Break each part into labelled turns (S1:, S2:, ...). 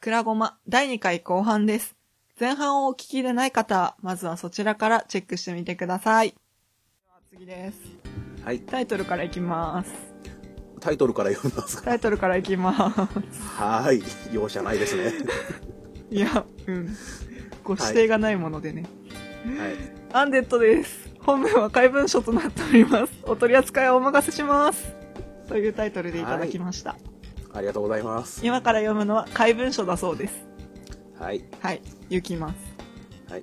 S1: くらごま第2回後半です。前半をお聞きでない方は、まずはそちらからチェックしてみてください。では次です。
S2: はい。
S1: タイトルからいきます。
S2: タイトルから読んだんですか
S1: タイトルからいきます。
S2: はーい。容赦ないですね。
S1: いや、うん。ご指定がないものでね。
S2: はい。
S1: アンデッドです。本文は怪文書となっております。お取り扱いをお任せします。というタイトルでいただきました。
S2: ありがとうございます。
S1: 今から読むのは怪文書だそうです。
S2: はい。
S1: はい、行きます。
S2: はい。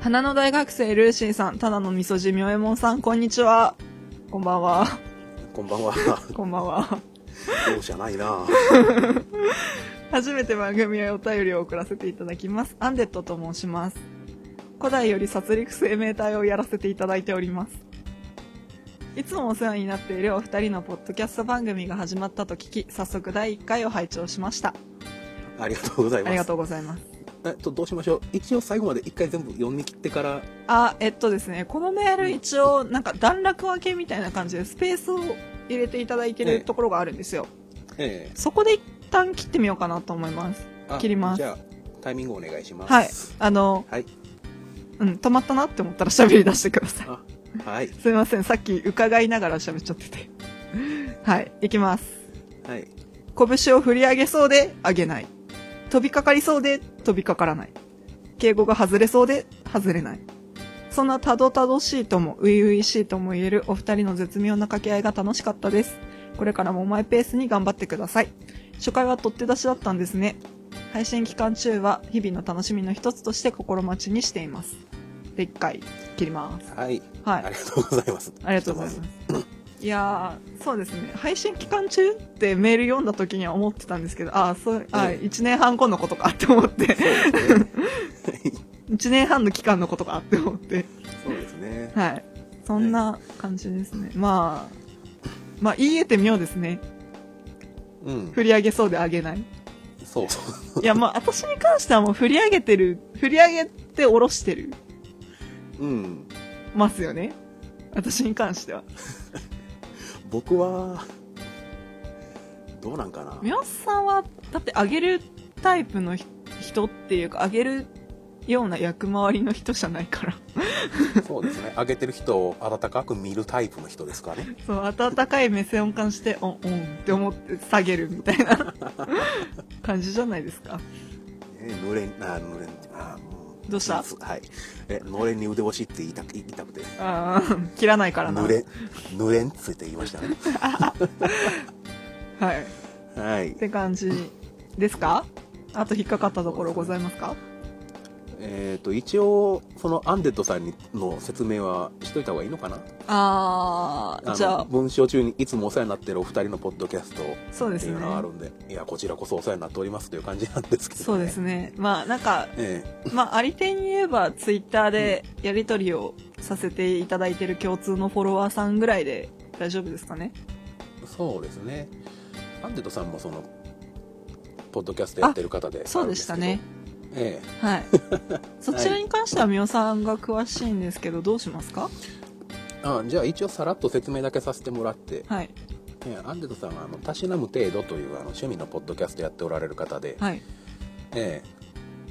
S1: 花の大学生ルーシーさん、ただの味噌汁みおえもんさん、こんにちは。こんばんは。
S2: こんばんは。
S1: こんばんは。
S2: 容赦ないな
S1: 初めて番組へお便りを送らせていただきます。アンデッドと申します。古代より殺戮生命体をやらせていただいております。いつもお世話になっているお二人のポッドキャスト番組が始まったと聞き、早速第1回を拝聴しました。
S2: ありがとうございます。
S1: ありがとうございます。
S2: えっと、どうしましょう。一応最後まで一回全部読み切ってから、
S1: あ、えっとですね、このメール一応、なんか段落分けみたいな感じでスペースを入れていただいて
S2: え
S1: る
S2: え
S1: ところがあるんですよ。
S2: え
S1: そこで一旦切ってみようかなと思います。
S2: えあ
S1: 切ります
S2: じゃあ、タイミングお願いしま
S1: はい
S2: す。。
S1: あの、
S2: はい。
S1: うん、止まったなって思ったら喋り出してください。
S2: あ、はい。
S1: すいません、さっき伺いながら喋っちゃってて。はい、いきます。
S2: はい。
S1: 拳を振り上げそうで上げない。飛びかかりそうで飛びかからない。敬語が外れそうで外れない。そんなたどたどしいとも、初々しいとも言えるお二人の絶妙な掛け合いが楽しかったです。これからもマイペースに頑張ってください。初回は取って出しだったんですね。配信期間中は日々の楽しみの一つとして心待ちにしています。で、一回切ります。
S2: はい。
S1: はい
S2: あ。りがとうございます。
S1: ありがとうございます。いやー、そうですね。配信期間中ってメール読んだ時には思ってたんですけど、あーそう、あー、
S2: ええ
S1: 1年半後のことかって思って、
S2: そうですね。
S1: 1年半の期間のことかって思って、
S2: そうですね。
S1: はい。そんな感じですね。まあ、まあ、言い得て妙ですね。
S2: うん。
S1: 振り上げそうで上げ ない。
S2: そうそう。
S1: いや、まあ、私に関してはもう振り上げてる、振り上げて下ろしてる、
S2: うん。
S1: ますよね。私に関しては。
S2: 僕は、どうなんかな。
S1: 宮本さんはだってあげるタイプのひ人っていうかあげるような役回りの人じゃないから
S2: そうですね。上げてる人を温かく見るタイプの人ですかね。
S1: そう温かい目線を感じてオンオンって思って下げるみたい な感じじゃないですか
S2: えー、濡れん、あー、濡れん、あーもう
S1: どうした
S2: すはい。え、のれんに腕押しって言いたく、言いたくて。
S1: あー切らないからな
S2: 濡れん、濡れんついて言いましたね。
S1: はいっ
S2: はい。
S1: て感じですかあと引っかかったところございますか
S2: えっ、と、一応、そのアンデッドさんにの説明はしといた方がいいのかな
S1: あ
S2: の
S1: ーじゃあ
S2: 文章中にいつもお世話になってるお二人のポッドキャストっ
S1: そうで
S2: て
S1: す
S2: い
S1: ね
S2: うのがあるんで、いや、こちらこそお世話になっておりますという感じなんですけど、ね。
S1: そうです。ねまあなんか
S2: え
S1: まあ、ありていに言えば、ツイッターでやり取りをさせていただいてる共通のフォロワーさんぐらいで大丈夫ですかね。
S2: えそうですね。アンデッドさんもその、ポッドキャストやってる方で
S1: そうでしたね。。
S2: え
S1: はい。そちらに関しては、みおさんが詳しいんですけど、どうしますか
S2: えあじゃあ一応さらっと説明だけさせてもらって、
S1: はい。
S2: ええアンデッドさんはあの「たしなむ程度」というあの趣味のポッドキャストやっておられる方で、
S1: はい。
S2: え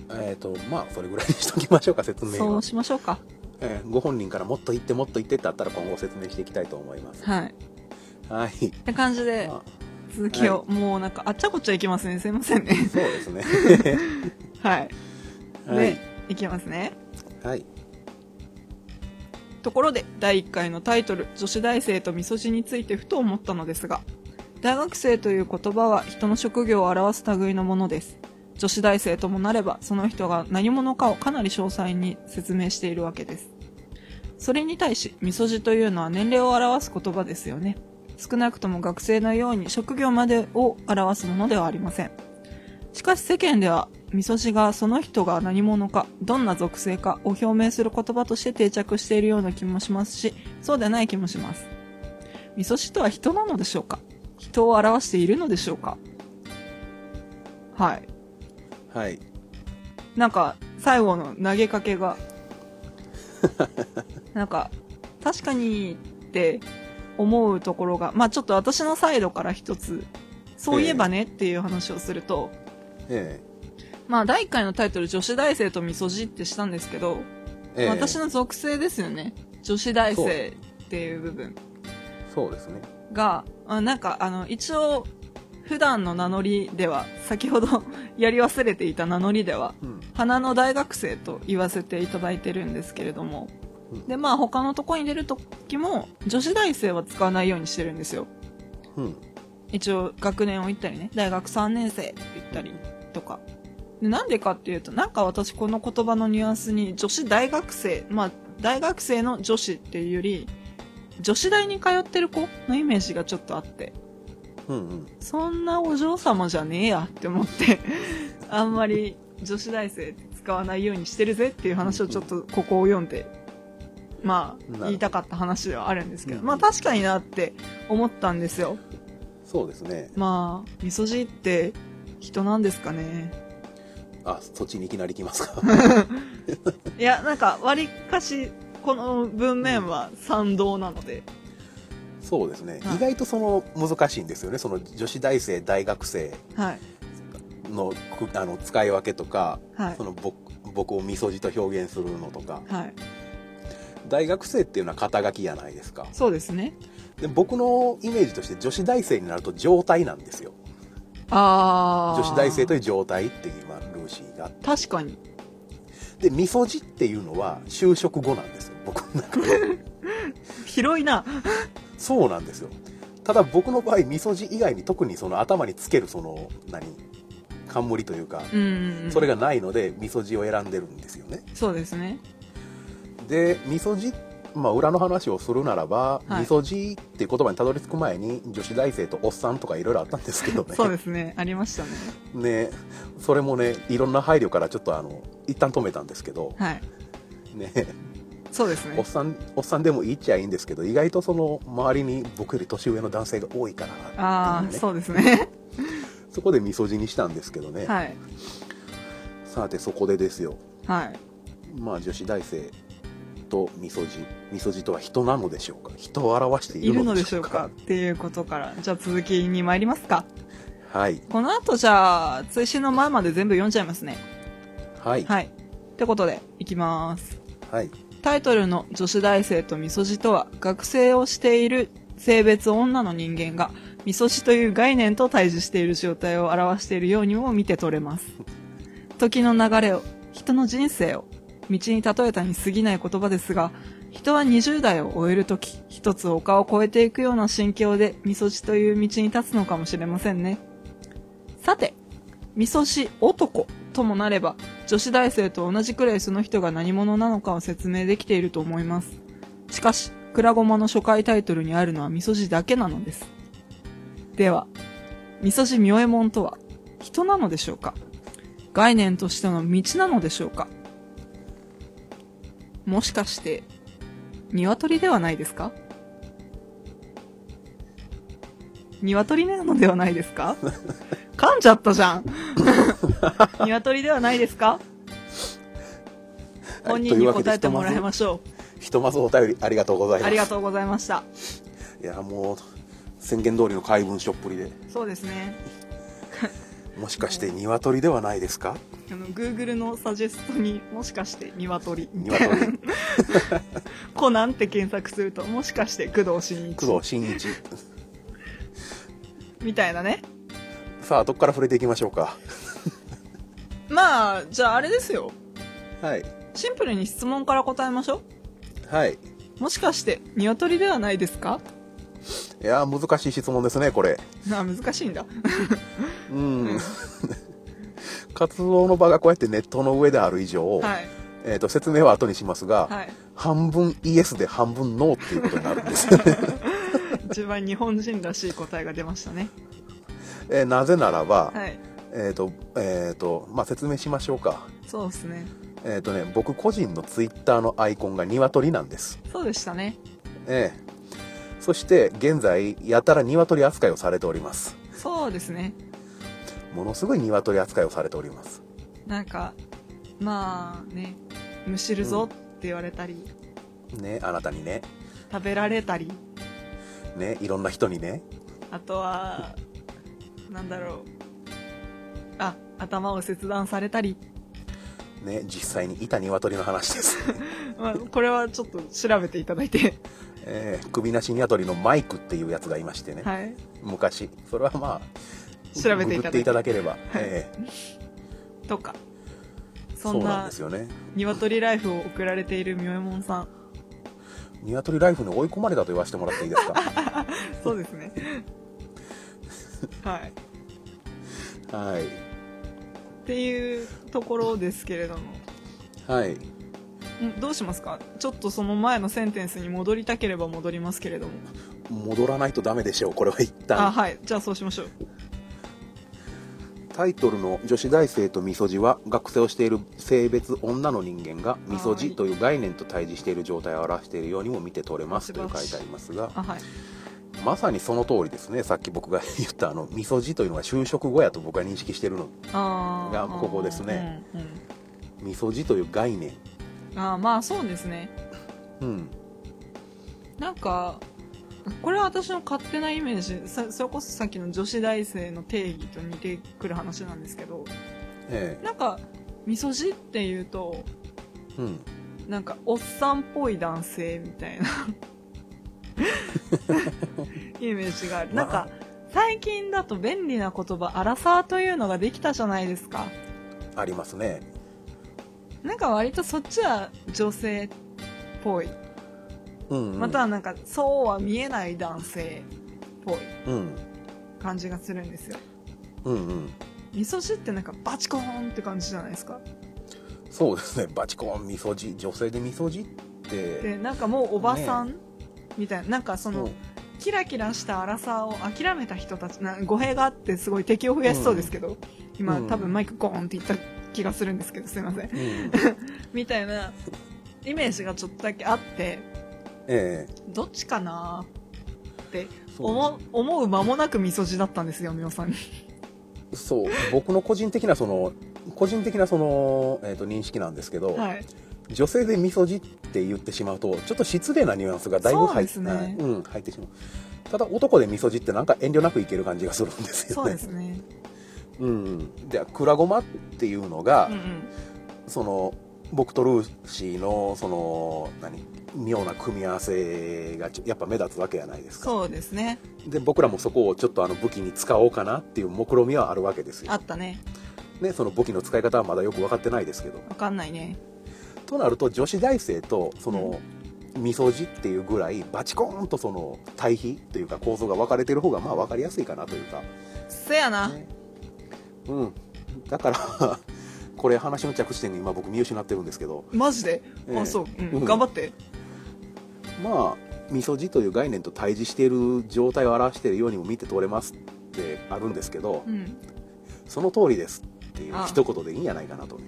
S2: ええーとまあそれぐらいにしときましょうか説明
S1: そ
S2: は
S1: う、しましょうか。
S2: ええご本人からもっと言ってもっと言ってってあったら今後説明していきたいと思います
S1: はい。
S2: はい、
S1: って感じで、
S2: まあ
S1: 続きを、もうなんか、あっちゃこっちゃいきますね。すいませんね。
S2: そうで すね
S1: はい。
S2: は
S1: で
S2: い、、
S1: いきますね。
S2: はい、
S1: ところで第1回のタイトル「女子大生とみそじ」についてふと思ったのですが大学生という言葉は人の職業を表す類のものです女子大生ともなればその人が何者かをかなり詳細に説明しているわけですそれに対しみそじというのは年齢を表す言葉ですよね少なくとも学生のように職業までを表すものではありませんしかし世間では、みそじがその人が何者か、どんな属性かを表明する言葉として定着しているような気もしますし、そうでない気もします。みそじとは人なのでしょうか人を表しているのでしょうかはい。
S2: はい、
S1: なんか、最後の投げかけが、なんか、確かにって思うところが、まあちょっと私のサイドから一つ、そういえばねっていう話をすると、
S2: え
S1: まあ、第1回のタイトル、女子大生とみそじってしたんですけど、
S2: えええ
S1: 私の属性ですよね。女子大生っていう部分
S2: そうですね
S1: が、あなんか、あの、一応、普段の名乗りでは、先ほど やり忘れていた名乗りでは、
S2: うん
S1: 花の大学生と言わせていただいてるんですけれども、
S2: うん
S1: で、まあ、他のとこに出る時も、女子大生は使わないようにしてるんですよ。
S2: うん
S1: 一応、学年を言ったりね、大学3年生って言ったりとか。でなんでかっていうと、なんか私この言葉のニュアンスに、女子大学生、まあ、大学生の女子っていうより、女子大に通ってる子のイメージがちょっとあって、
S2: うんうん
S1: そんなお嬢様じゃねえやって思って、 あんまり女子大生使わないようにしてるぜっていう話をちょっとここを読んで、ま
S2: なるほ
S1: あ、
S2: ど
S1: 言いたかった話ではあるんですけ
S2: う
S1: ど、
S2: ん
S1: まあ確かになって思ったんですよ。
S2: そうですね
S1: まあ、みそじって人なんですかね。
S2: あそっちにいきなり来ます か
S1: いや、なんか、わりかし、この文面は賛同なので。
S2: そうですね、
S1: はい
S2: 意外とその難しいんですよねその女子大生大学生
S1: はい。
S2: のくあの使い分けとか、
S1: はい
S2: そ。の僕僕をみそじと表現するのとか
S1: はい。
S2: 大学生っていうのは肩書きじゃないですか
S1: そうですね。
S2: で僕のイメージとして女子大生になると状態なんですよ
S1: あー。
S2: 女子大生という状態っていう今ルーシーがあって
S1: 確かに。
S2: でみそじっていうのは就職後なんですよ僕の中で
S1: 広いな。
S2: そうなんですよただ僕の場合みそじ以外に特にその頭につけるその何冠というか、
S1: うん。
S2: それ
S1: が。
S2: がないのでみそじを選んでるんですよね
S1: そうですね。
S2: でみそじまあ、裏の話をするならば、
S1: はい
S2: みそじっていう言葉にたどり着く前に女子大生とおっさんとかいろいろあったんですけど ね
S1: そうですね。ありましたね。
S2: ねそれもねいろんな配慮からちょっとあの一旦止めたんですけど、
S1: はい。
S2: ね、
S1: そうです
S2: お
S1: ね。
S2: っさんおっさんでもいいっちゃいいんですけど意外とその周りに僕より年上の男性が多いからっていうね
S1: あー、そうですね。
S2: そこでみそじにしたんですけどね、
S1: はい。
S2: さてそこでですよ
S1: はい。
S2: まあ女子大生とみそじみそじとは人なのでしょうか人を表してい
S1: い
S2: る
S1: る
S2: の
S1: の
S2: で
S1: で
S2: し
S1: し
S2: ょ
S1: ょう
S2: うか
S1: かっていうことから。じゃあ続きに参りますか。
S2: はい
S1: この後じゃあ、追伸の前まで全部読んじゃいますね。
S2: はいはい、
S1: はい。ってことで、いきます。
S2: はい、
S1: タイトルの女子大生とみそじとは学生をしている性別女の人間がみそじという概念と対峙している状態を表しているようにも見て取れます。時の流れを、人の人生を、道に例えたに過ぎない言葉ですが、人は20代を終える時、一つ丘を越えていくような心境でみそじという道に立つのかもしれませんね。さて、みそし男ともなれば女子大生と同じくらいその人が何者なのかを説明できていると思いますしかし「くらごま」の初回タイトルにあるのはみそじだけなのですではみそじみおえもんとは人なのでしょうか概念としての道なのでしょうかもしかして鶏ではないですか鶏なのではないですか噛んじゃったじゃん鶏ではないですか本人
S2: とい
S1: に
S2: うわけで
S1: 答えてもらいましょ。
S2: ひとまずひとまずお便りありがとうございうます
S1: ありがとうございました。
S2: いやもう宣言通りの怪文書っぷりで
S1: そうですね。
S2: もしかして鶏ではないですか
S1: あの、Google のサジェストにもしかして鶏。
S2: 鶏
S1: コナンって検索すると、もしかして工藤新一。
S2: 工藤新一
S1: みたいなね。
S2: さあどこから触れていきましょうか
S1: まあ、じゃああれですよ。
S2: はい
S1: シンプルに質問から答えましょ。
S2: はいう
S1: もしかして鶏ではないですか
S2: いやー難しい質問ですねこれ
S1: あ、難しいんだ。
S2: うん活動の場がこうやってネットの上である以上、
S1: はい。
S2: えー、と説明は後にしますが、
S1: はい。
S2: 半分イエスで半分ノーっていうことになるんです よね、
S1: 一番日本人らしい答えが出ましたね。
S2: えーなぜならば、
S1: はい。
S2: えっ、と,、えーとまあ、説明しましょうか
S1: そうですね。
S2: えっ、とね僕個人のツイッターのアイコンが鶏なんです
S1: そうでしたね。
S2: ええそして現在やたら鶏扱いをされております
S1: そうですね。
S2: ものすごい鶏扱いをされております
S1: なんかまあねむしるぞって言われたり、
S2: ねあなたにね
S1: 食べられたり
S2: ねいろんな人にね
S1: あとはなんだろうあ頭を切断されたり、
S2: ね、実際にいた鶏の話です。
S1: まあ、これはちょっと調べていただいて
S2: えー首なし鶏のマイクっていうやつがいましてね、
S1: はい
S2: 昔。それはまあ、
S1: 調べてい
S2: ググ
S1: ただ
S2: って
S1: い
S2: い
S1: て
S2: ただければ。えー
S1: とかそ
S2: そうんなん
S1: な
S2: ですよね。
S1: 鶏ライフを送られているみよえもんさん
S2: 鶏ライフに追い込まれたと言わせてもらっていいですか
S1: そうですねはい
S2: はい。
S1: っていうところですけれども
S2: はい。
S1: んどうしますかちょっとその前のセンテンスに戻りたければ戻りますけれども
S2: 戻らないとダメでしょう、これは一
S1: あ
S2: 旦。
S1: はいじゃあそうしましょう
S2: タイトルの女子大生とみそじは学生をしている性別女の人間がみそじという概念と対峙している状態を表しているようにも見て取れますという書いてありますが
S1: あはい
S2: まさにその通りですねさっき僕が言ったあのみそじというのは就職後やと僕が認識しているの
S1: あー
S2: がここですね、
S1: うんうん
S2: みそじという概念
S1: あーまあそうですね
S2: うん
S1: なんかこれは私の勝手なイメージさそれこそさっきの女子大生の定義と似てくる話なんですけど
S2: え
S1: なんかみそじっていうと
S2: えうん
S1: なんかおっさんっぽい男性みたいな イメージがあるなん
S2: まあ
S1: か最近だと便利な言葉「アラサー」というのができたじゃないですか
S2: ありますね
S1: なんか割とそっちは女性っぽい
S2: うん、うん、
S1: またはなんかそうは見えない男性っぽい
S2: うん
S1: 感じがするんですよ
S2: うんうん
S1: 味噌汁ってなんかバチコーンって感じじゃないですか
S2: そうですねバチコンみそじ女性でみそじって
S1: でなんかもうおばさん、みたいななんかその
S2: うん
S1: キラキラした荒さを諦めた人たちな語弊があってすごい敵を増やしそうですけど、今
S2: うん
S1: 多分マイクコーンって言った気がするんですけどすいません
S2: うんうん
S1: みたいなイメージがちょっとだけあって
S2: ええ
S1: どっちかなって
S2: そうですね
S1: 思う思う間もなく味噌汁だったんですよみおさんに
S2: そう僕の個人的なその個人的なその、えー、と認識なんですけど、
S1: はい
S2: 女性でみそじって言ってしまうとちょっと失礼なニュアンスがだいぶ入っ
S1: そうですね
S2: はいうん、入ってしまうただ男でみそじってなんか遠慮なくいける感じがするんです
S1: そう
S2: よね
S1: ですね
S2: うん、でくらごまっていうのが、
S1: うんうん
S2: その僕とルーシーのその何妙な組み合わせがちょやっぱ目立つわけじゃないですか
S1: そうですね
S2: で僕らもそこをちょっとあの武器に使おうかなっていう目論みはあるわけですよ
S1: あったね
S2: ね、その武器の使い方はまだよく分かってないですけど
S1: わかんないね
S2: となると女子大生とその、みそじっていうぐらいバチコーンとその対比というか構造が分かれてる方がまあ分かりやすいかなというか、
S1: せやな、
S2: ねうん、だから これ話の着地点に今僕見失ってるんですけど
S1: マジで、
S2: ええ
S1: あそう、うん
S2: うん
S1: 頑張って
S2: まあみそじという概念と対峙している状態を表しているようにも見て取れますってあるんですけど、
S1: うん
S2: その通りですっていう一言でいいんじゃないかなとね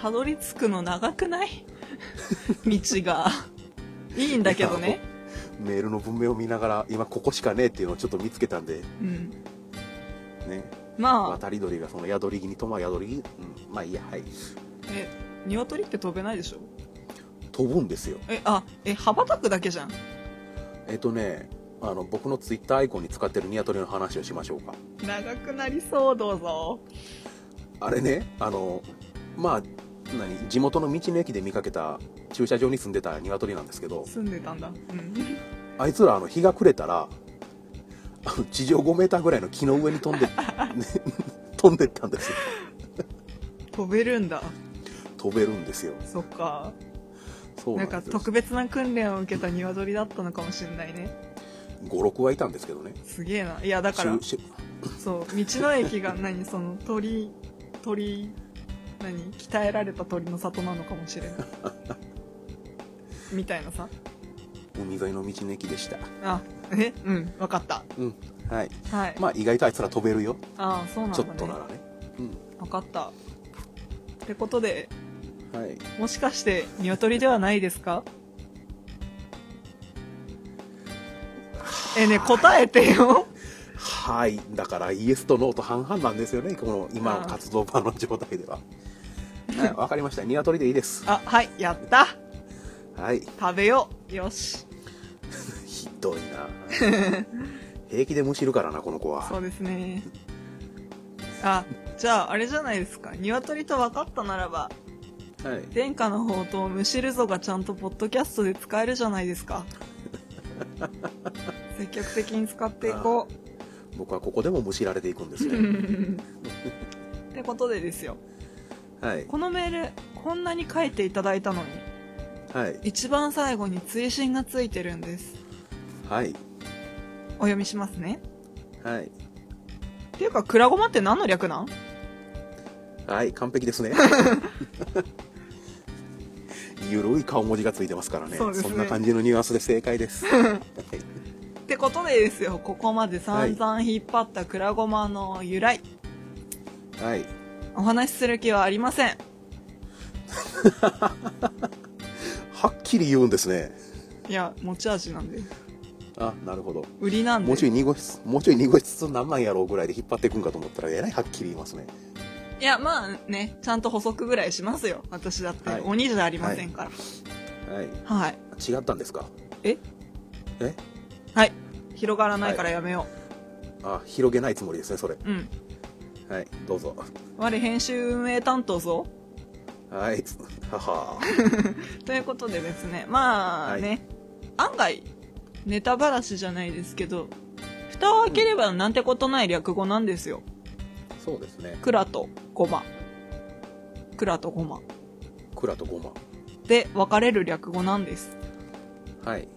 S1: たどり着くの長くない 道がいいんだけどね、
S2: メールの文明を見ながら今ここしかねえっていうのをちょっと見つけたんで
S1: うん、
S2: ね
S1: まあ
S2: 渡り鳥がその宿り木にとま宿り木、うん、まあいいやはい
S1: え鶏って飛べないでしょ
S2: 飛ぶんですよ
S1: えあえ羽ばたくだけじゃん
S2: えっとねあの僕のツイッターアイコンに使ってるニワトリの話をしましょうか
S1: 長くなりそうどうぞ
S2: あれねあのまあ何地元の道の駅で見かけた駐車場に住んでたニワトリなんですけど
S1: 住んでたんだ、うん、
S2: あいつらあの日が暮れたらあの地上5メーターぐらいの木の上に 飛んで、ね、飛んでったんですよ
S1: 飛べるんだ
S2: 飛べるんですよ
S1: そっか
S2: そうな
S1: なんん
S2: で
S1: か
S2: すよ
S1: 特別な訓練を受けた鶏だったのかもしれないね
S2: 56はいたんですけどね
S1: すげえないやだから
S2: しゅし
S1: そう道の駅が何その鳥鳥何鍛えられた鳥の里なのかもしれな いみたいなさ
S2: ゅ海沿いの道の駅でした
S1: あえうん分かった
S2: うんはい
S1: はい、
S2: まあ意外とあいつら飛べるよ
S1: ああそうなん
S2: ち
S1: だ
S2: ょっ
S1: ね
S2: とならね。
S1: 分かったってことで
S2: うん。はい。
S1: もしかして鶏ではないですかえね答えてよ
S2: はい。だから、イエスとノーと半々なんですよね。この今の活動場の状 態では。はいわかりました。ニワトリでいいです。
S1: あはいやった
S2: はい。
S1: 食べようよし
S2: ひどい な。平気でむしるからな、この子
S1: そ
S2: は。
S1: うですねあじゃああれじゃないですか鶏と分かったならば
S2: はい
S1: 殿下の宝刀むしるぞがちゃんとポッドキャストで使えるじゃないですか積極的に使っていこう
S2: 僕はここでもむしられていくんです
S1: う
S2: ね
S1: んってことでですよ
S2: はい
S1: このメールこんなに書いていただいたのに
S2: はい
S1: 一番最後に追伸がついてるんです
S2: はい
S1: お読みしますね
S2: はい
S1: っていうかクラゴマって何の略なん
S2: はい完 璧ですねゆるい顔文字がついてますからね
S1: そうですね
S2: んな感じのニュアンスで正解です はい
S1: ってことでですよここまで散々引っ張ったクラゴマの由来、
S2: はい
S1: お話しする気はありません
S2: はっきり言うんですね
S1: いや持ち味なんで
S2: あなるほど
S1: 売りなんで
S2: もうちょい濁しつもうちょい濁しつつ何なんやろうぐらいで引っ張っていくんかと思ったらえらいはっきり言いますね
S1: いやまあねちゃんと補足ぐらいしますよ私だって、
S2: はい
S1: 鬼じゃありませんから
S2: はい
S1: はい、
S2: 違ったんですか
S1: え
S2: え
S1: はい広がらないからやめよ
S2: あ広げないつもりですねそれ
S1: う、うん
S2: はいどうぞ
S1: 我編集運営担当ぞ
S2: はいつはは
S1: ということでですねまあね、案外ネタばらしじゃないですけど蓋を開ければなんてことない略語なんですよ
S2: そうですね
S1: 蔵とゴマ蔵とゴマ
S2: 蔵とごま
S1: で分かれる略語なんです
S2: はい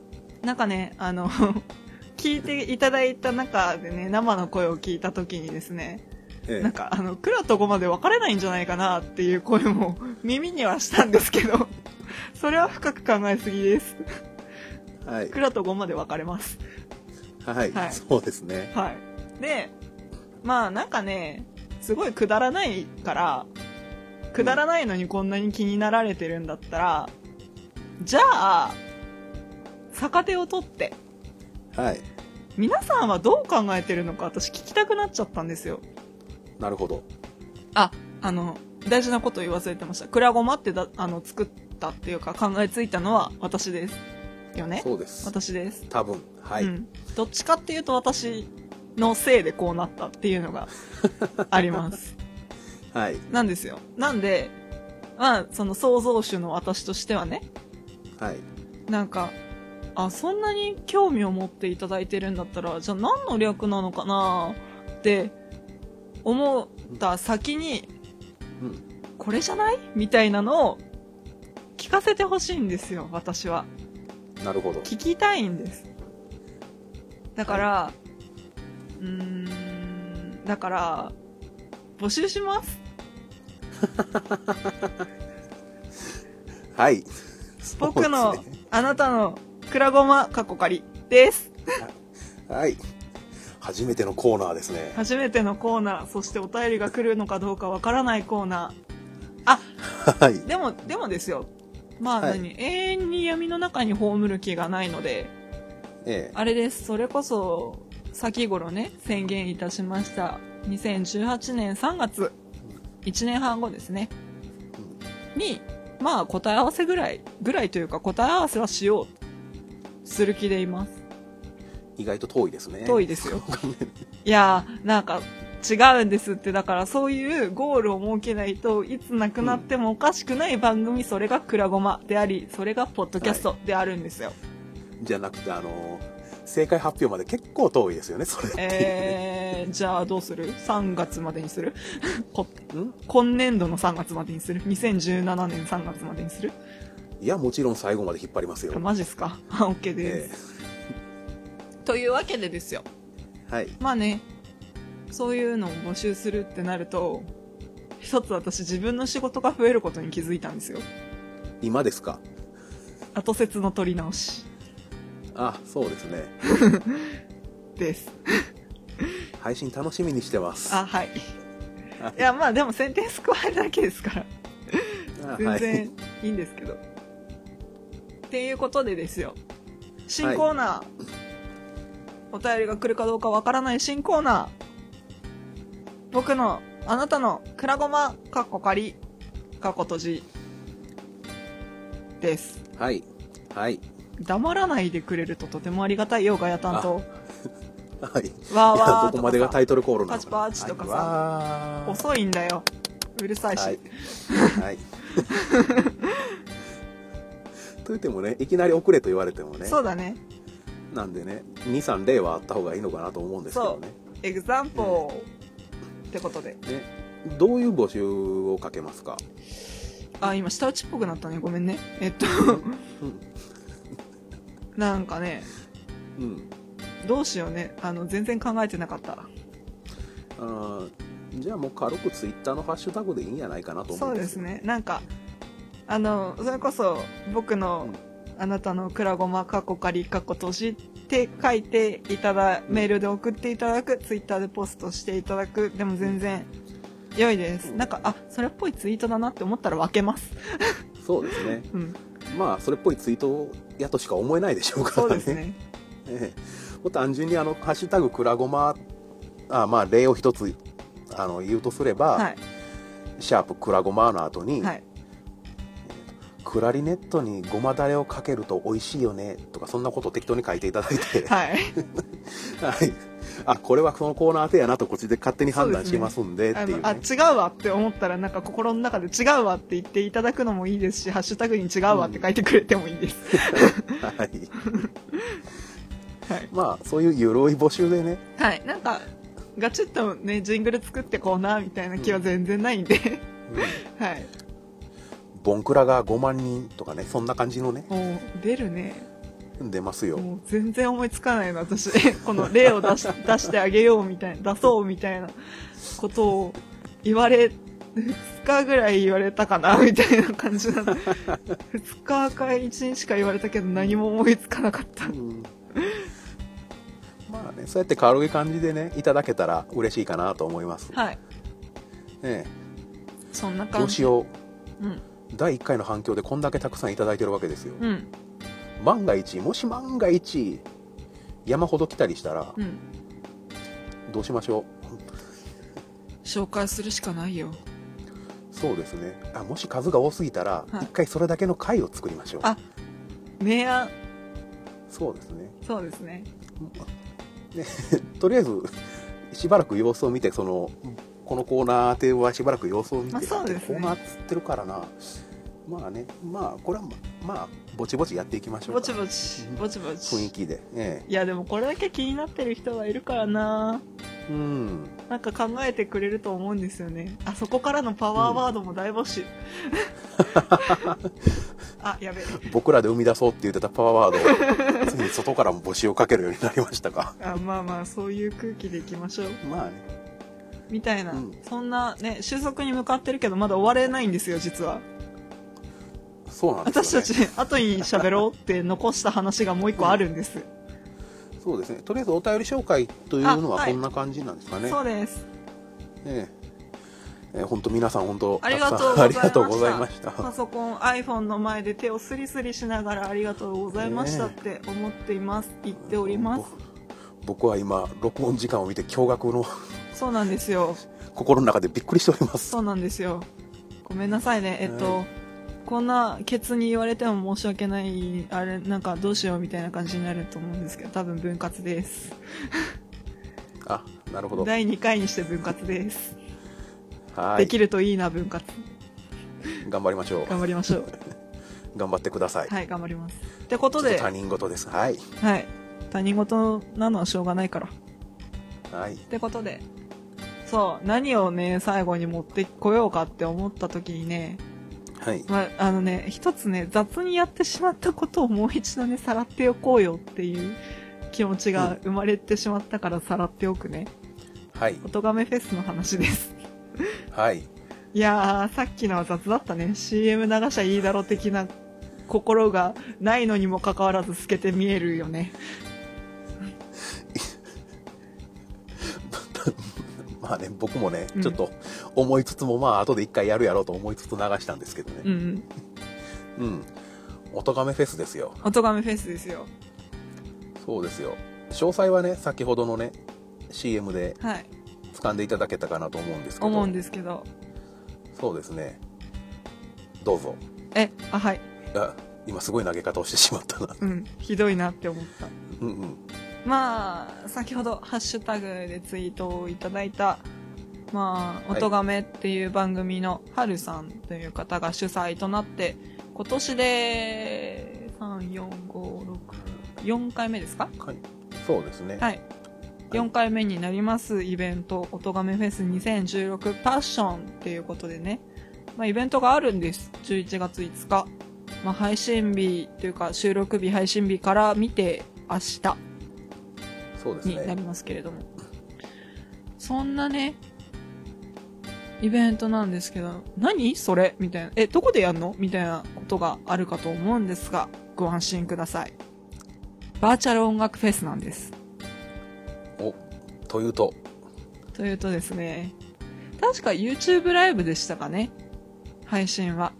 S1: なんかねあの 聞いていただいた中でね生の声を聞いた時にですね
S2: え
S1: なんかあの蔵とゴマで分かれないんじゃないかなっていう声も 耳にはしたんですけど それは深く考えすぎです
S2: えはい
S1: 蔵とゴマで分かれます
S2: はい、
S1: はい
S2: そうですね
S1: はいでまあなんかねすごいくだらないからくだらないのにこんなに気になられてるんだったらじゃあ逆手を取って
S2: はい
S1: 皆さんはどう考えてるのか私聞きたくなっちゃったんですよ
S2: なるほど
S1: ああの大事なこと言い忘れてました「くらごま」ってだあの作ったっていうか考えついたのは私ですよね
S2: そうです
S1: 私です、
S2: 多分はい、
S1: うん、どっちかっていうと私のせいでこうなったっていうのがあり ます
S2: はい
S1: なんですよなんでまあその創造主の私としてはね
S2: はい
S1: なんかあそんなに興味を持っていただいてるんだったらじゃあ何の略なのかなって思った先に
S2: うん
S1: これじゃないみたいなのを聞かせてほしいんですよ私は
S2: なるほど
S1: 聞きたいんですだから、うーんだから募集します
S2: はい
S1: 僕の
S2: そうですね
S1: あなたのくらごま過去仮です
S2: はい初めてのコーナーですね
S1: 初めてのコーナーそしてお便りが来るのかどうかわからないコーナーあ
S2: はい
S1: でもでもですよまあ
S2: はい
S1: 何、永遠に闇の中に葬る気がないので
S2: ええ
S1: あれです、それこそ、先頃ね、宣言いたしました。2018年3月、1年半後ですね。に、まあ、答え合わせぐらい、ぐらいというか、答え合わせはしよう。する気でいます。
S2: 意外と遠いですね
S1: 遠いですよ。いやー、なんか、違うんですって、だからそういうゴールを設けないといつなくなってもおかしくない番組、それがくらごまであり、それがポッドキャストであるんですよ。
S2: じゃなくてあの正解発表まで結構遠いですよねそれっていうね、
S1: えー、じゃあどうする ?3 月までにするこ
S2: ん
S1: 今年度の3月までにする2017年3月までにする
S2: いやもちろん最後まで引っ張りますよ
S1: あマジっすかあ ?OK です、というわけでですよ。
S2: えはい
S1: まあね、そういうのを募集するってなると、一つ私自分の仕事が増えることに気づいたんですよ。
S2: 今ですか
S1: 後説の取り直し
S2: あそうですね
S1: です。
S2: 配信楽しみにしてます
S1: あ、はい。
S2: はい
S1: いや、まあでも先手ス加えるだけですから。
S2: あは
S1: 全
S2: い
S1: 然いいんですけど。っていうことでですよ新コーナー、お便りが来るかどうかわからない新コーナー僕のあなたのくらごまかっこかりかっこ閉じです
S2: はいはい
S1: 黙らないでくれるととてもありがたいよガヤ担当
S2: はい。
S1: わーわーとかさ
S2: ここまでがタイトルコールなのかな
S1: パチパチとかさ
S2: はいわー
S1: 遅いんだようるさいし、
S2: はい。はい。 と言ってもね、いきなり遅れと言われてもね、
S1: そうだね
S2: なんでね、2、3例はあった方がいいのかなと思うんですけどね。
S1: エグザンポー、ってことで
S2: ねどういう募集をかけますか、
S1: あ今下打ちっぽくなったねごめんねえっと
S2: うん
S1: なんかね
S2: うん、
S1: どうしようねあの全然考えてなかった
S2: あーじゃあもう軽くツイッターのハッシュタグでいいんじゃないかなと思
S1: そううん
S2: で
S1: ですす
S2: よ
S1: ねなんかあのそれこそ僕の、あなたのくらごまかっこかりかっこ閉じって書いていただ
S2: うん
S1: メールで送っていただく、ツイッターでポストしていただくでも全然良いです、
S2: うん
S1: なんかあそれっぽいツイートだなって思ったら分けます
S2: そうですね
S1: うん
S2: まあそれっぽいツイートやとしか思えないでしょうか
S1: そう
S2: らね
S1: ですね
S2: ええ もっと単純にあの「ハッシュタグくらごま」あまあ例を一つあの言うとすれば、
S1: は
S2: シャープくらごまの後
S1: い
S2: に、
S1: はい
S2: クラリネットにごまだれをかけると美味しいよね」とかそんなことを適当に書いていただい て、
S1: はい
S2: はい、あこれはこのコーナー当てやなとこっちで勝手に判断しますんでってい
S1: あ
S2: う,、ね
S1: のあ違うわって思ったらなんか心の中で違うわって言っていただくのもいいですし「ハッシュタグに違うわ」って書いてくれてもいいです、
S2: はい、
S1: はい
S2: まあそういうゆるい募集でね
S1: はい、なんかガチッとねジングル作ってこうなみたいな気は全然ないんで、はい
S2: ボンクラが5万人とかねそんな感じのね
S1: もう出るね
S2: 出ますよ、
S1: もう全然思いつかないの私 この例を 出し出してあげようみたいな出そうみたいなことを言われ2日ぐらい言われたか なみたいな感じなの2日か1日しか言われたけど何も思いつかなかった
S2: うんまあねそうやって軽い感じでねいただけたら嬉しいかなと思います、
S1: はい
S2: え
S1: そんな
S2: え、
S1: 感
S2: どう
S1: じ
S2: しよう
S1: うん
S2: 第1回の反響でこんだけたくさんいただいてるわけですよ、
S1: うん
S2: 万が一もし万が一山ほど来たりしたら
S1: うん
S2: どうしましょう、
S1: 紹介するしかないよ
S2: そうですねあもし数が多すぎたら
S1: はい
S2: 1回それだけの回を作りましょう、
S1: あ明暗
S2: そうですね
S1: そうですね
S2: ねとりあえず しばらく様子を見てそのこのコーナーではしばらく様子を見て、
S1: まあそうですね
S2: コーナーっつってるからなまあねまあこれはままあぼちぼちやっていきましょうか
S1: ぼちぼち
S2: うん
S1: ぼちぼ
S2: 雰囲
S1: ち
S2: 気で、え
S1: いやでもこれだけ気になってる人がいるからな
S2: え、うん
S1: なんか考えてくれると思うんですよねあそこからのパワーワードも大募 集、あやべ
S2: 僕らで生み出そうって言ってたパワーワ ードをついに外からも募集をかけるようになりましたか
S1: あまあまあそういう空気でいきましょう
S2: まあね
S1: みたいな、
S2: うん
S1: そんなね収束に向かってるけどまだ終われないんですよ実は
S2: そうなんで
S1: 私
S2: すよ、
S1: た
S2: ね、
S1: ち後に喋ろうって残した話がもう一個あるんです、
S2: そうですねとりあえずお便り紹介というの
S1: あ
S2: は
S1: はい
S2: こんな感じなんですかね、
S1: そうです
S2: ええええ本当皆さん本当
S1: ありが
S2: たくさんありが
S1: と
S2: と
S1: う
S2: う
S1: ご
S2: ご
S1: ざい
S2: ざい
S1: ま
S2: ま
S1: し
S2: したた
S1: パソコン iPhone の前で手をスリスリしながらありがとうございましたって思っています、言っております
S2: 僕は今録音時間を見て驚愕の
S1: そうなんですよ
S2: 心の中でびっくりしております
S1: そうなんですよごめんなさいねえっと、こんなケツに言われても申し訳ないあれなんかどうしようみたいな感じになると思うんですけど多分分割です
S2: あなるほど
S1: 第2回にして分割です、
S2: は
S1: で
S2: い
S1: きるといいな分割
S2: 頑張りましょ
S1: 頑張りましょう
S2: う頑張ってください、
S1: はい頑張りますってこと
S2: ちょっ
S1: で
S2: と他人事ですはい
S1: はい他人事なのはしょうがないから
S2: はい
S1: ってことでそう何をね最後に持ってこようかって思った時にね、
S2: はい
S1: まあ、あのね一つね雑にやってしまったことをもう一度ねさらっておこうよっていう気持ちが生まれてしまったからさらっておくね
S2: はい
S1: おとがめフェスの話です
S2: はい
S1: いやーさっきのは雑だったね CM 流しゃいいだろ的な心がないのにもかかわらず透けて見えるよね
S2: まあね僕もね、
S1: うん
S2: ちょっと思いつつもまあ後で一回やるやろうと思いつつ流したんですけど
S1: う
S2: ね
S1: ん
S2: うんおとがめフェスですよ
S1: おとがめフェスですよ
S2: そうですよ詳細はね先ほどのね CM で
S1: はい
S2: 掴んでいただけたかなと思うんですけど
S1: 思うんですけど
S2: そうですねどうぞ
S1: えあはい
S2: あ今すごい投げ方をしてしまったな
S1: うんひどいなって思った
S2: うんうん
S1: まあ先ほどハッシュタグでツイートをいただいた「まあ、
S2: はい
S1: 音がめ」っていう番組のはるさんという方が主催となって今年で34564回目ですか
S2: はい、そうですね、
S1: はい4回目になりますイベント「音がめフェス2016パッション」っていうことでね、まあ、イベントがあるんです11月5日、まあ、配信日というか収録日配信日から見て明日
S2: そうです
S1: にな
S2: ね
S1: りますけれども、そんなねイベントなんですけど何それみたいなえどこでやんのみたいなことがあるかと思うんですがご安心くださいバーチャル音楽フェスなんです
S2: おというと
S1: というとですね確か YouTube ライブでしたかね配信は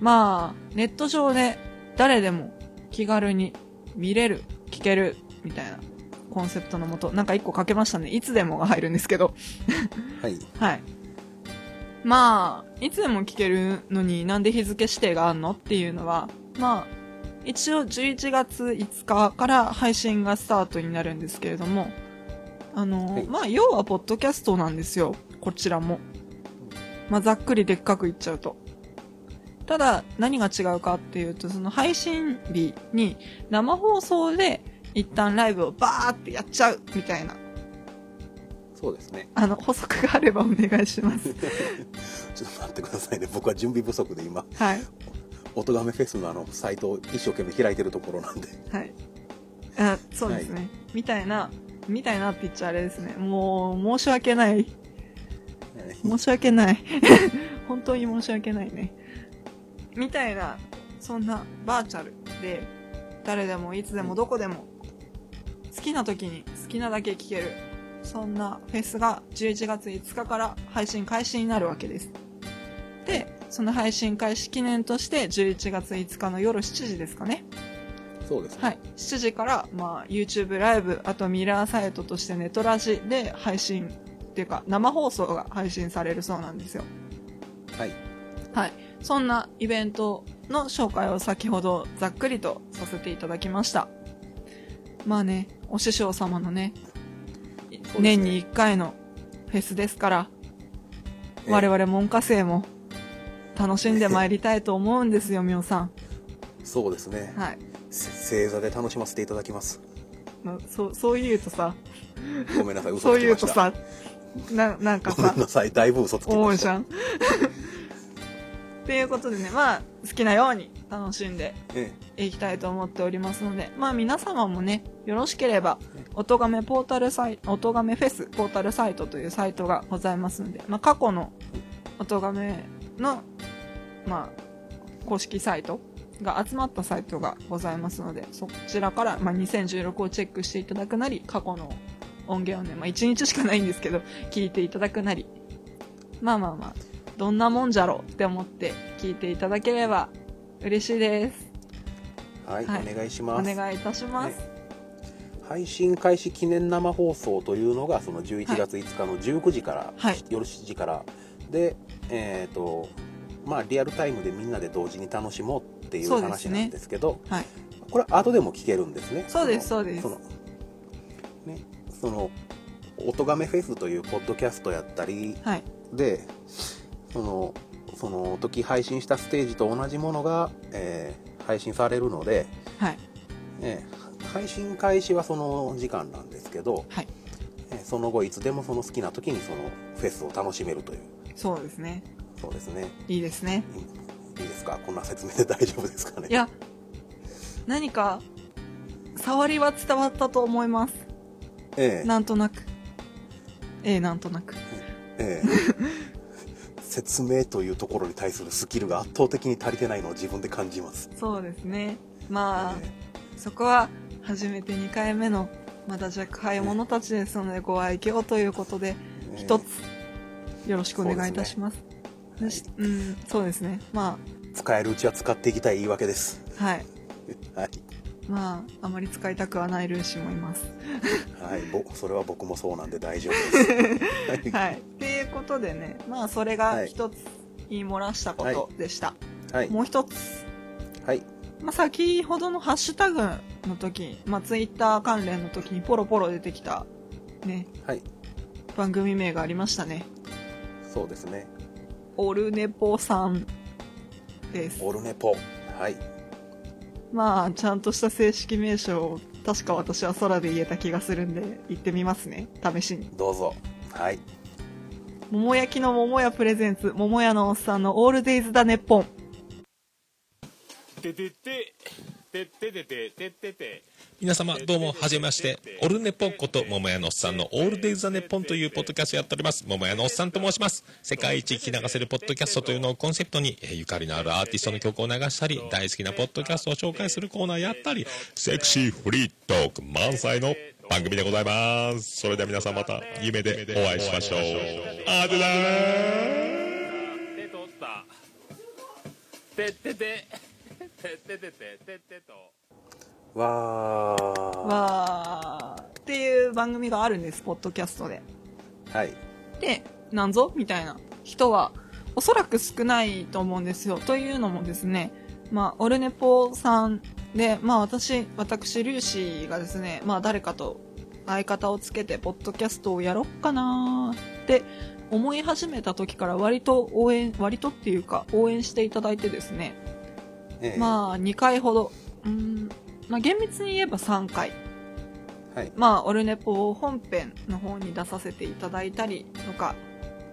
S1: まあネット上で誰でも気軽に見れる聞けるみたいなコンセプトのもとなんか1個かけましたねいつでもが入るんですけど
S2: はい
S1: はいまあいつでも聞けるのになんで日付指定があんのっていうのはまあ一応11月5日から配信がスタートになるんですけれどもあの、
S2: はい
S1: まあ要はポッドキャストなんですよこちらも、まあ、ざっくりでっかく言っちゃうとただ何が違うかっていうとその配信日に生放送で一旦ライブをバーってやっちゃうみたいな
S2: そうですね
S1: あの補足があればお願いします
S2: ちょっと待ってくださいね僕は準備不足で今
S1: はい
S2: おとがめフェスのあのサイトを一生懸命開いてるところなんで
S1: はい。あ、そうですね。みたいな、みたいなって言っちゃあれですね。もう、申し訳ない。申し訳ない。 本当に申し訳ないね。みたいな、そんなバーチャルで、誰でもいつでもどこでも、好きな時に好きなだけ聞ける。そんなフェスが11月5日から配信開始になるわけです。で、その配信開始記念として11月5日の夜7時ですかね。
S2: そうですね、
S1: はい、7時から、まあ、YouTube ライブあとミラーサイトとしてネトラジで配信っていうか生放送が配信されるそうなんですよ
S2: はい
S1: はいそんなイベントの紹介を先ほどざっくりとさせていただきましたまあねお師匠様のね
S2: すね
S1: 年に1回のフェスですから
S2: え
S1: 我々文科生も楽しんでまいりたいと思うんですよみおさん
S2: そうですね、
S1: はい
S2: せ正座で楽しませていただ きます
S1: まあそうそう言うとさ
S2: ごめんなさい嘘
S1: そう
S2: つき
S1: 言う
S2: ま
S1: と
S2: した
S1: さ、ななんか
S2: ごめ
S1: さ
S2: ん、なさいだいぶ嘘つき
S1: 思
S2: ま
S1: う
S2: し
S1: じ
S2: た
S1: ゃん。 っていうことでね、まあ、好きなように楽しんで
S2: え
S1: いきたいと思っておりますので、まあ皆様もね、よろしければ、おとがめポータルサイト、おとがめフェスポータルサイトというサイトがございますので、まあ過去のおとがめの、まあ、公式サイトが集まったサイトがございますので、そちらから、まあ、2016をチェックしていただくなり、過去の音源をね、まあ1日しかないんですけど、聞いていただくなり、まあまあまあ、どんなもんじゃろうって思って聞いていただければ嬉しいです。
S2: えはい、
S1: はい
S2: お願いし
S1: お
S2: ます
S1: 願いいたします。
S2: 配信開始記念生放送というのがその11月5日の19時から、
S1: はい
S2: 夜7時からでえっ、とまあリアルタイムでみんなで同時に楽しもうっていう
S1: そうです
S2: 話
S1: ね
S2: なんですけど
S1: はい。
S2: これは後でも聞けるんですね
S1: そうです
S2: の
S1: そうです
S2: そのねその「音めフェス」というポッドキャストやったり
S1: はい。
S2: でそのその時配信したステージと同じものが、えー配信されるので、
S1: はい。
S2: ええ配信開始はその時間なんですけど、
S1: はい。
S2: ええその後いつでもその好きな時にそのフェスを楽しめるという
S1: そうですね。
S2: そうですね
S1: いいですね。
S2: いいいですかこんな説明で大丈夫ですかね
S1: いや、何か、触りは伝わったと思います。
S2: ええ
S1: なんとなく。ええなんとなく。
S2: ええ説明というところに対するスキルが圧倒的に足りてないのを自分で感じます、
S1: そうですね。まあ、
S2: え
S1: そこは、初めて2回目の、まだ若輩者たちですので、ご愛嬌ということで、
S2: えええ
S1: 一つ、よろしくお願いいたします。
S2: そう
S1: よ
S2: です
S1: しうん、そうですね。ま
S2: 使えるうちは使っていきたい言い訳です
S1: あ、はい。
S2: はい、
S1: まあ、あまり使いたくはないルーシーもいます。
S2: はい、ぼそれは僕もそうなんで大丈夫 です
S1: はい、っていうことでねまあそれが一つ言い漏らしたことでした、
S2: はい、
S1: もう一つ、
S2: はい、
S1: まあ、先ほどのハッシュタグの時、まあ、ツイッター関連の時にポロポロ出てきた、ね、
S2: はい
S1: 番組名がありましたね。
S2: そうですね
S1: オルネポさんです。
S2: オルネポはい
S1: まあ、ちゃんとした正式名称を、確か私は空で言えた気がするんで、言ってみますね。試しに。
S2: どうぞはい
S1: 桃焼きの桃屋プレゼンツ、桃屋のおっさんのオールデイズだねっぽん。
S3: てててててててててて
S4: 皆様どうもはじめましてオルネポンこと桃屋のおっさんの「オールデイズ・ザ・ネッポン」というポッドキャストをやっております桃屋のおっさんと申します世界一聞き流せるポッドキャストというのをコンセプトにえーゆかりのあるアーティストの曲を流したり大好きなポッドキャストを紹介するコーナーやったりセクシーフリートーク満載の番組でございますそれでは皆さんまた夢でお会いしましょうあでだー
S3: てとったててててててててと
S2: わー
S1: わー。っていう番組があるんです、ポッドキャストで。
S2: はい
S1: で、なんぞみたいな人は、おそらく少ないと思うんですよ。というのもですね、まあ、オルネポさんで、まあ私、私、リュウシーがですね、まあ誰かと相方をつけて、ポッドキャストをやろっかなーって思い始めた時から割と応援、割とっていうか、応援していただいてですね、
S2: ええ
S1: まあ2回ほど、うーん、まあ厳密に言えば3回
S2: はい
S1: まあ、オルネポ本編の方に出させていただいたりとか、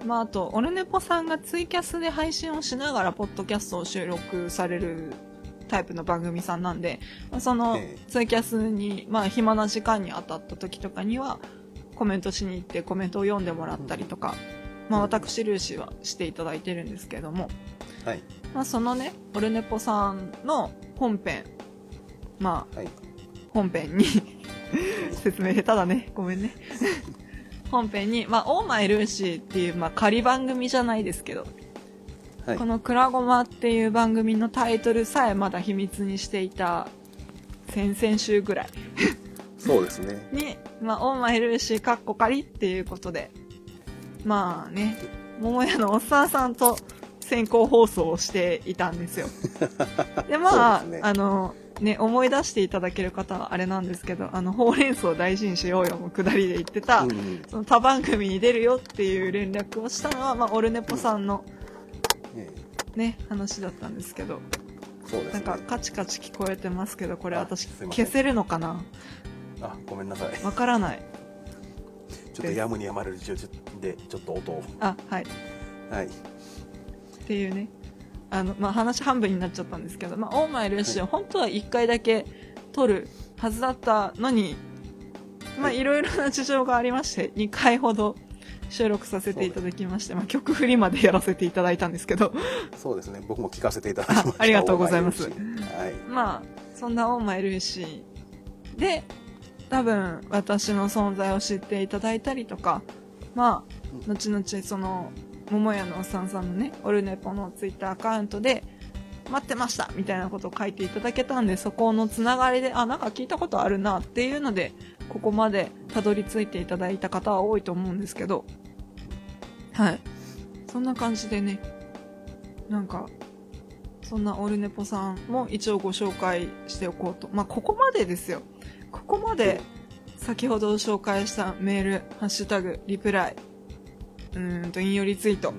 S1: まあ、あと、オルネポさんがツイキャスで配信をしながら、ポッドキャストを収録されるタイプの番組さんなんで、まあその
S2: ええ
S1: ツイキャスに、まあ、暇な時間に当たった時とかには、コメントしに行ってコメントを読んでもらったりとか、まあ、私、ルーシーはしていただいてるんですけども、
S2: はい
S1: まあ、そのね、オルネポさんの本編、まあ、
S2: はい
S1: 本編に 説明下手だねごめんね本編に「まあ、オーマイルーシー」っていう、まあ、仮番組じゃないですけど、
S2: はい
S1: この「くらごま」っていう番組のタイトルさえまだ秘密にしていた先々週ぐらい
S2: そうですね
S1: に「まあ、オーマイルーシー」かっこ仮っていうことでまあね桃屋のおっさんさんと先行放送をしていたんですよでまあ
S2: そうですね
S1: あのね思い出していただける方はあれなんですけどあのほうれん草を大事にしようよもくだりで言ってた、
S2: うんうん
S1: その他番組に出るよっていう連絡をしたのは、まあ、オルネポさんの
S2: え
S1: ね話だったんですけど
S2: えそうで
S1: な
S2: す
S1: ん
S2: ね
S1: かカチカチ聞こえてますけどこれ
S2: あ
S1: 私
S2: すいません
S1: 消せるのかな
S2: あごめんなさい
S1: わからない
S2: ちょっとやむにやまれる事情でちょっと音を
S1: あはい
S2: はい
S1: っていうねあの、まあ、話半分になっちゃったんですけど、まあ、オーマイルーシーを本当は1回だけ撮るはずだったのに、まあ、
S2: はい
S1: いろいろな事情がありまして2回ほど収録させていただきまして、まあ、曲振りまでやらせていただいたんですけど
S2: そうですね僕も聞かせていただきました
S1: あありがとうございます
S2: はい
S1: まあそんなオーマイルーシーで多分私の存在を知っていただいたりとかまあ後々その桃屋のおっさんさんのねオルネポのツイッターアカウントで待ってましたみたいなことを書いていただけたんでそこのつながりであなんか聞いたことあるなっていうのでここまでたどり着いていただいた方は多いと思うんですけどはいそんな感じでねなんかそんなオルネポさんも一応ご紹介しておこうとまあここまでですよここまで先ほど紹介したメール「ハッシュタグリプライ」うーんと引用リツイート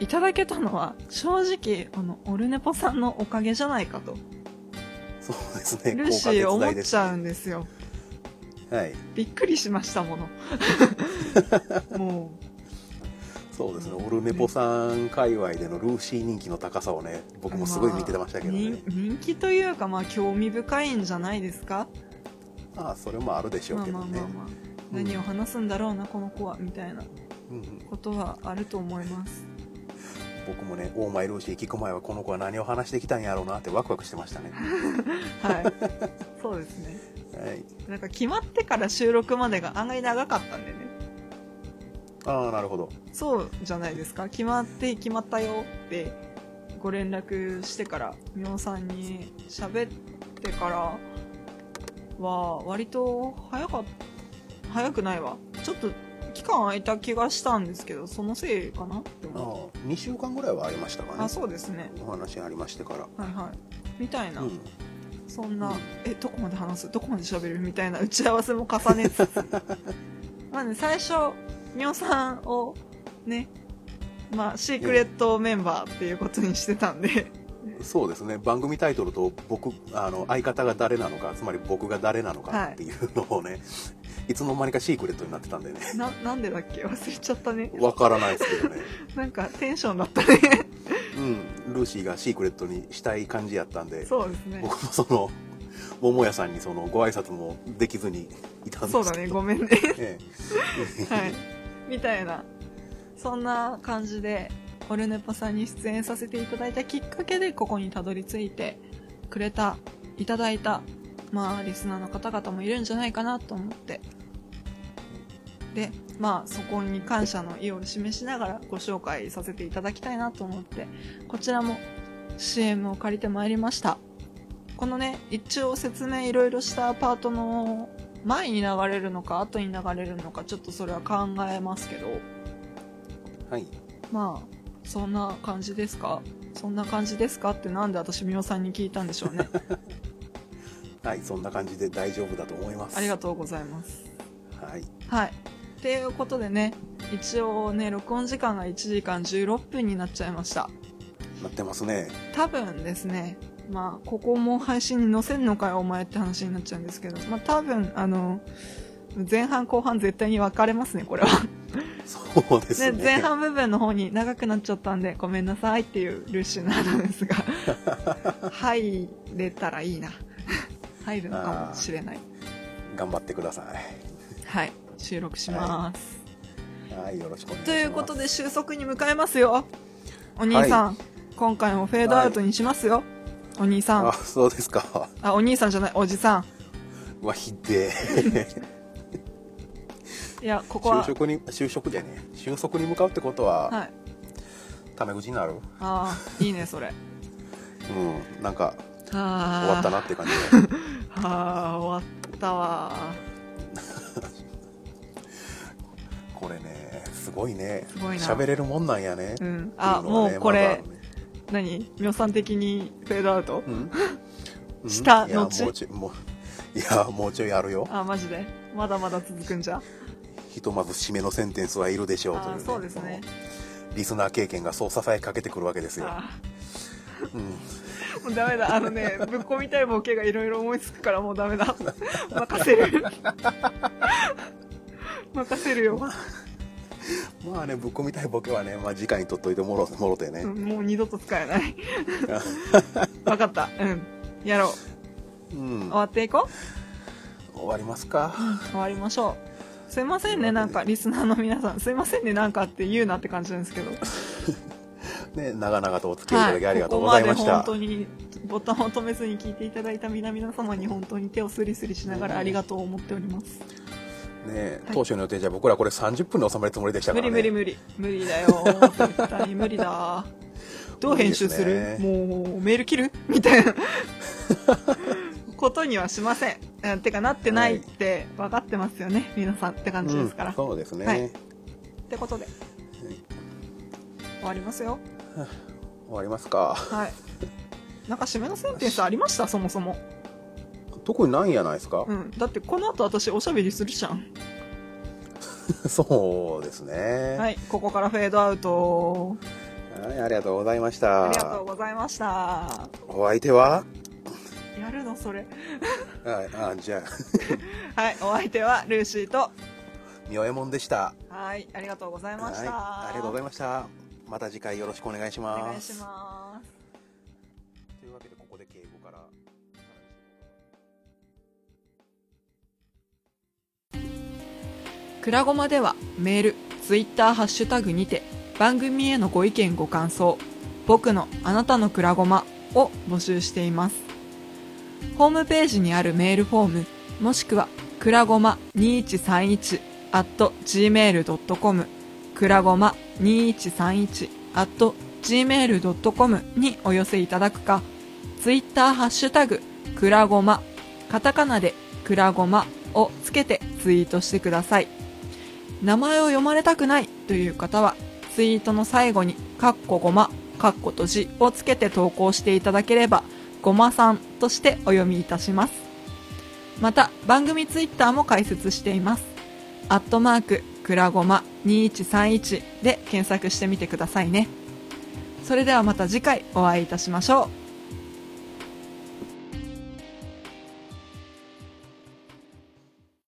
S1: いただけたのは正直このオルネポさんのおかげじゃないかと
S2: そうですね
S1: ルーシー
S2: 効
S1: 思
S2: 果
S1: っ
S2: 絶大です
S1: ちゃうんですよ
S2: はい
S1: びっくりしました ものも
S2: そうですねオルネポさん界隈でのルーシー人気の高さをね僕もすごい見てました
S1: う
S2: けどね
S1: 人人気というかまあ興味深いんじゃないですか
S2: ああそれもあるでしょう
S1: まあ
S2: け
S1: ま
S2: ど
S1: あ
S2: ね
S1: まあまあ
S2: うん
S1: 何を話すんだろうなこの子はみたいな
S2: うんうん
S1: ことはあると思います
S2: 僕もねオーマイルーシー聞く前はこの子は何を話してきたんやろうなってワクワクしてましたね
S1: はい そうですね
S2: はい
S1: なんか決まってから収録までが案外長かったんでね
S2: ああなるほど
S1: そうじゃないですか決まって決まったよってご連絡してからみおさんに喋ってからは割と早かっ早くないわちょっと期間空いた気がしたんですけどそのせいかなって
S2: ああ
S1: 思っ
S2: 2週間ぐらいはありましたか
S1: て
S2: ね
S1: あそうですね
S2: お話ありましてから
S1: はいはいみたいな、
S2: うん
S1: そんなえどこまで話すどこまで喋るみたいな打ち合わせも重ねつつ まあね最初みおさんをねまあシークレットメンバーっていうことにしてたんで
S2: そうですね番組タイトルと僕あの相方が誰なのかつまり僕が誰なのかっていうのをね、い、つの間にかシークレットになってたんでね
S1: ななんでだっけ忘れちゃったね
S2: わからないですけどね、
S1: なんかテンションだったね
S2: うん、ルーシーがシークレットにしたい感じやったんで
S1: そうですね
S2: 僕もその桃屋さんにそのご挨拶もできずにいたんですけど
S1: そうだねごめんね
S2: ええ
S1: はい、みたいなそんな感じで「オルネポ」さんに出演させていただいたきっかけでここにたどり着いてくれたいただいたまあリスナーの方々もいるんじゃないかなと思ってでまあそこに感謝の意を示しながらご紹介させていただきたいなと思ってこちらも CM を借りてまいりましたこのね一応説明いろいろしたパートの前に流れるのか後に流れるのかちょっとそれは考えますけど
S2: はい、
S1: まあそんな感じですかそんな感じですかってなんで私みおさんに聞いたんでしょうね
S2: はい、そんな感じで大丈夫だと思います
S1: ありがとうございます
S2: はい
S1: はいっていうことでね一応ね録音時間が1時間16分になっちゃいました
S2: なってますね
S1: 多分ですねまあここも配信に載せんのかよお前って話になっちゃうんですけどまあ多分あの前半後半絶対に分かれますねこれは
S2: そうです
S1: ね、
S2: ね
S1: 前半部分の方に長くなっちゃったんでごめんなさいっていうルーシーなのです が入れたらいいな入るのかもしれない
S2: 頑張ってくださ
S1: はい収録します、
S2: いはいよろしくお願いします
S1: ということで収束に向かいますよお兄さん、今回もフェードアウトにしますよ、お兄さん
S2: あ
S1: あ
S2: そうですか
S1: お兄さんじゃないおじさ
S2: うわひでえ
S1: んいや ここ
S2: 就
S1: は
S2: 職に就職じゃねえ収束に向かうってことは、
S1: はい
S2: タメ口になる
S1: ああいいねそれ
S2: うんなんか
S1: 終
S2: 終わ
S1: わ
S2: ったなって感じで
S1: あー終わったわ
S2: これねすごいね
S1: すごいな
S2: 喋れるもんなんやね、
S1: うんあ
S2: っていのがね
S1: もうこれ
S2: まだあるね
S1: 何みおさん的にフェードアウト
S2: うん うん
S1: した
S2: いや
S1: 後
S2: もうちょいもういやもうちょいあるよ
S1: あマジでまだまだ続くんじゃ
S2: ひとまず締めのセンテンスはいるでしょうという、
S1: あそうですね
S2: このリスナー経験がそう支えかけてくるわけですよ、
S1: あ
S2: うん、
S1: もうダメだあのねぶっ込みたいボケがいろいろ思いつくからもうダメだ 任せる 任せるよ、
S2: まあねぶっ込みたいボケはね、まあ、次回にとっといてもろもろてね、
S1: うんもう二度と使えない 分かったうんやろう
S2: うん
S1: 終わっていこ
S2: 終わりますか、
S1: う終わりましょうすいませんねなんかリスナーの皆さんすいませんねなんかって言うなって感じなんですけど
S2: ね、長々とお付き合いいただきありがとうご
S1: は
S2: ざ
S1: い
S2: いました、
S1: ここまで本当にボタンを止めずに聞いていただいた皆々様に本当に手をスリスリしながらありがとうを思っております。
S2: ね、当初の予定じゃ僕らこれ30分で収まるつもりでしたか
S1: 無
S2: ら、ね、
S1: 理無理無理。無理だよ。絶対に無理だ。どう編集す
S2: 無理
S1: る
S2: です
S1: もうメール切るみたいなことにはしません。うんてかなってないって分かってますよね、皆さんって感じですから。
S2: うん
S1: っ
S2: そうですね、
S1: はいてことで終わりますよ。
S2: 終わりますか
S1: はい。なんか締めのセンテンスありましたそもそも。
S2: 特にないんやないですか、
S1: うん。だってこの後私おしゃべりするじゃん。
S2: そうですね
S1: はい、ここからフェードアウト。
S2: はい、ありがとうございまし
S1: あ
S2: た
S1: りがとうございました。
S2: お相手は
S1: やるのそれ。
S2: ああじゃあ
S1: はい、お相手はルーシーと。
S2: みおえもんでした
S1: はい、ありがとうございました。
S2: はい、ありがとうございましたまた次回よろしくお願いします
S1: お願いします。
S2: というわけでここで敬語から
S1: くらごまではメール、ツイッター、ハッシュタグにて番組へのご意見ご感想、僕のあなたのくらごまを募集しています。ホームページにあるメールフォーム、もしくはくらごま2131 at gmail.com くらごま2131 at gmail.com にお寄せいただくか、ツイッターハッシュタグくらごまカタカナでくらごまをつけてツイートしてください名前を読まれたくないという方はツイートの最後に「かっこごま」「かっこ閉じ」をつけて投稿していただければごまさんとしてお読みいたしますまた番組ツイッターも開設していますアットマークくらごま2131で検索してみてくださいねそれではまた次回お会いいたしましょう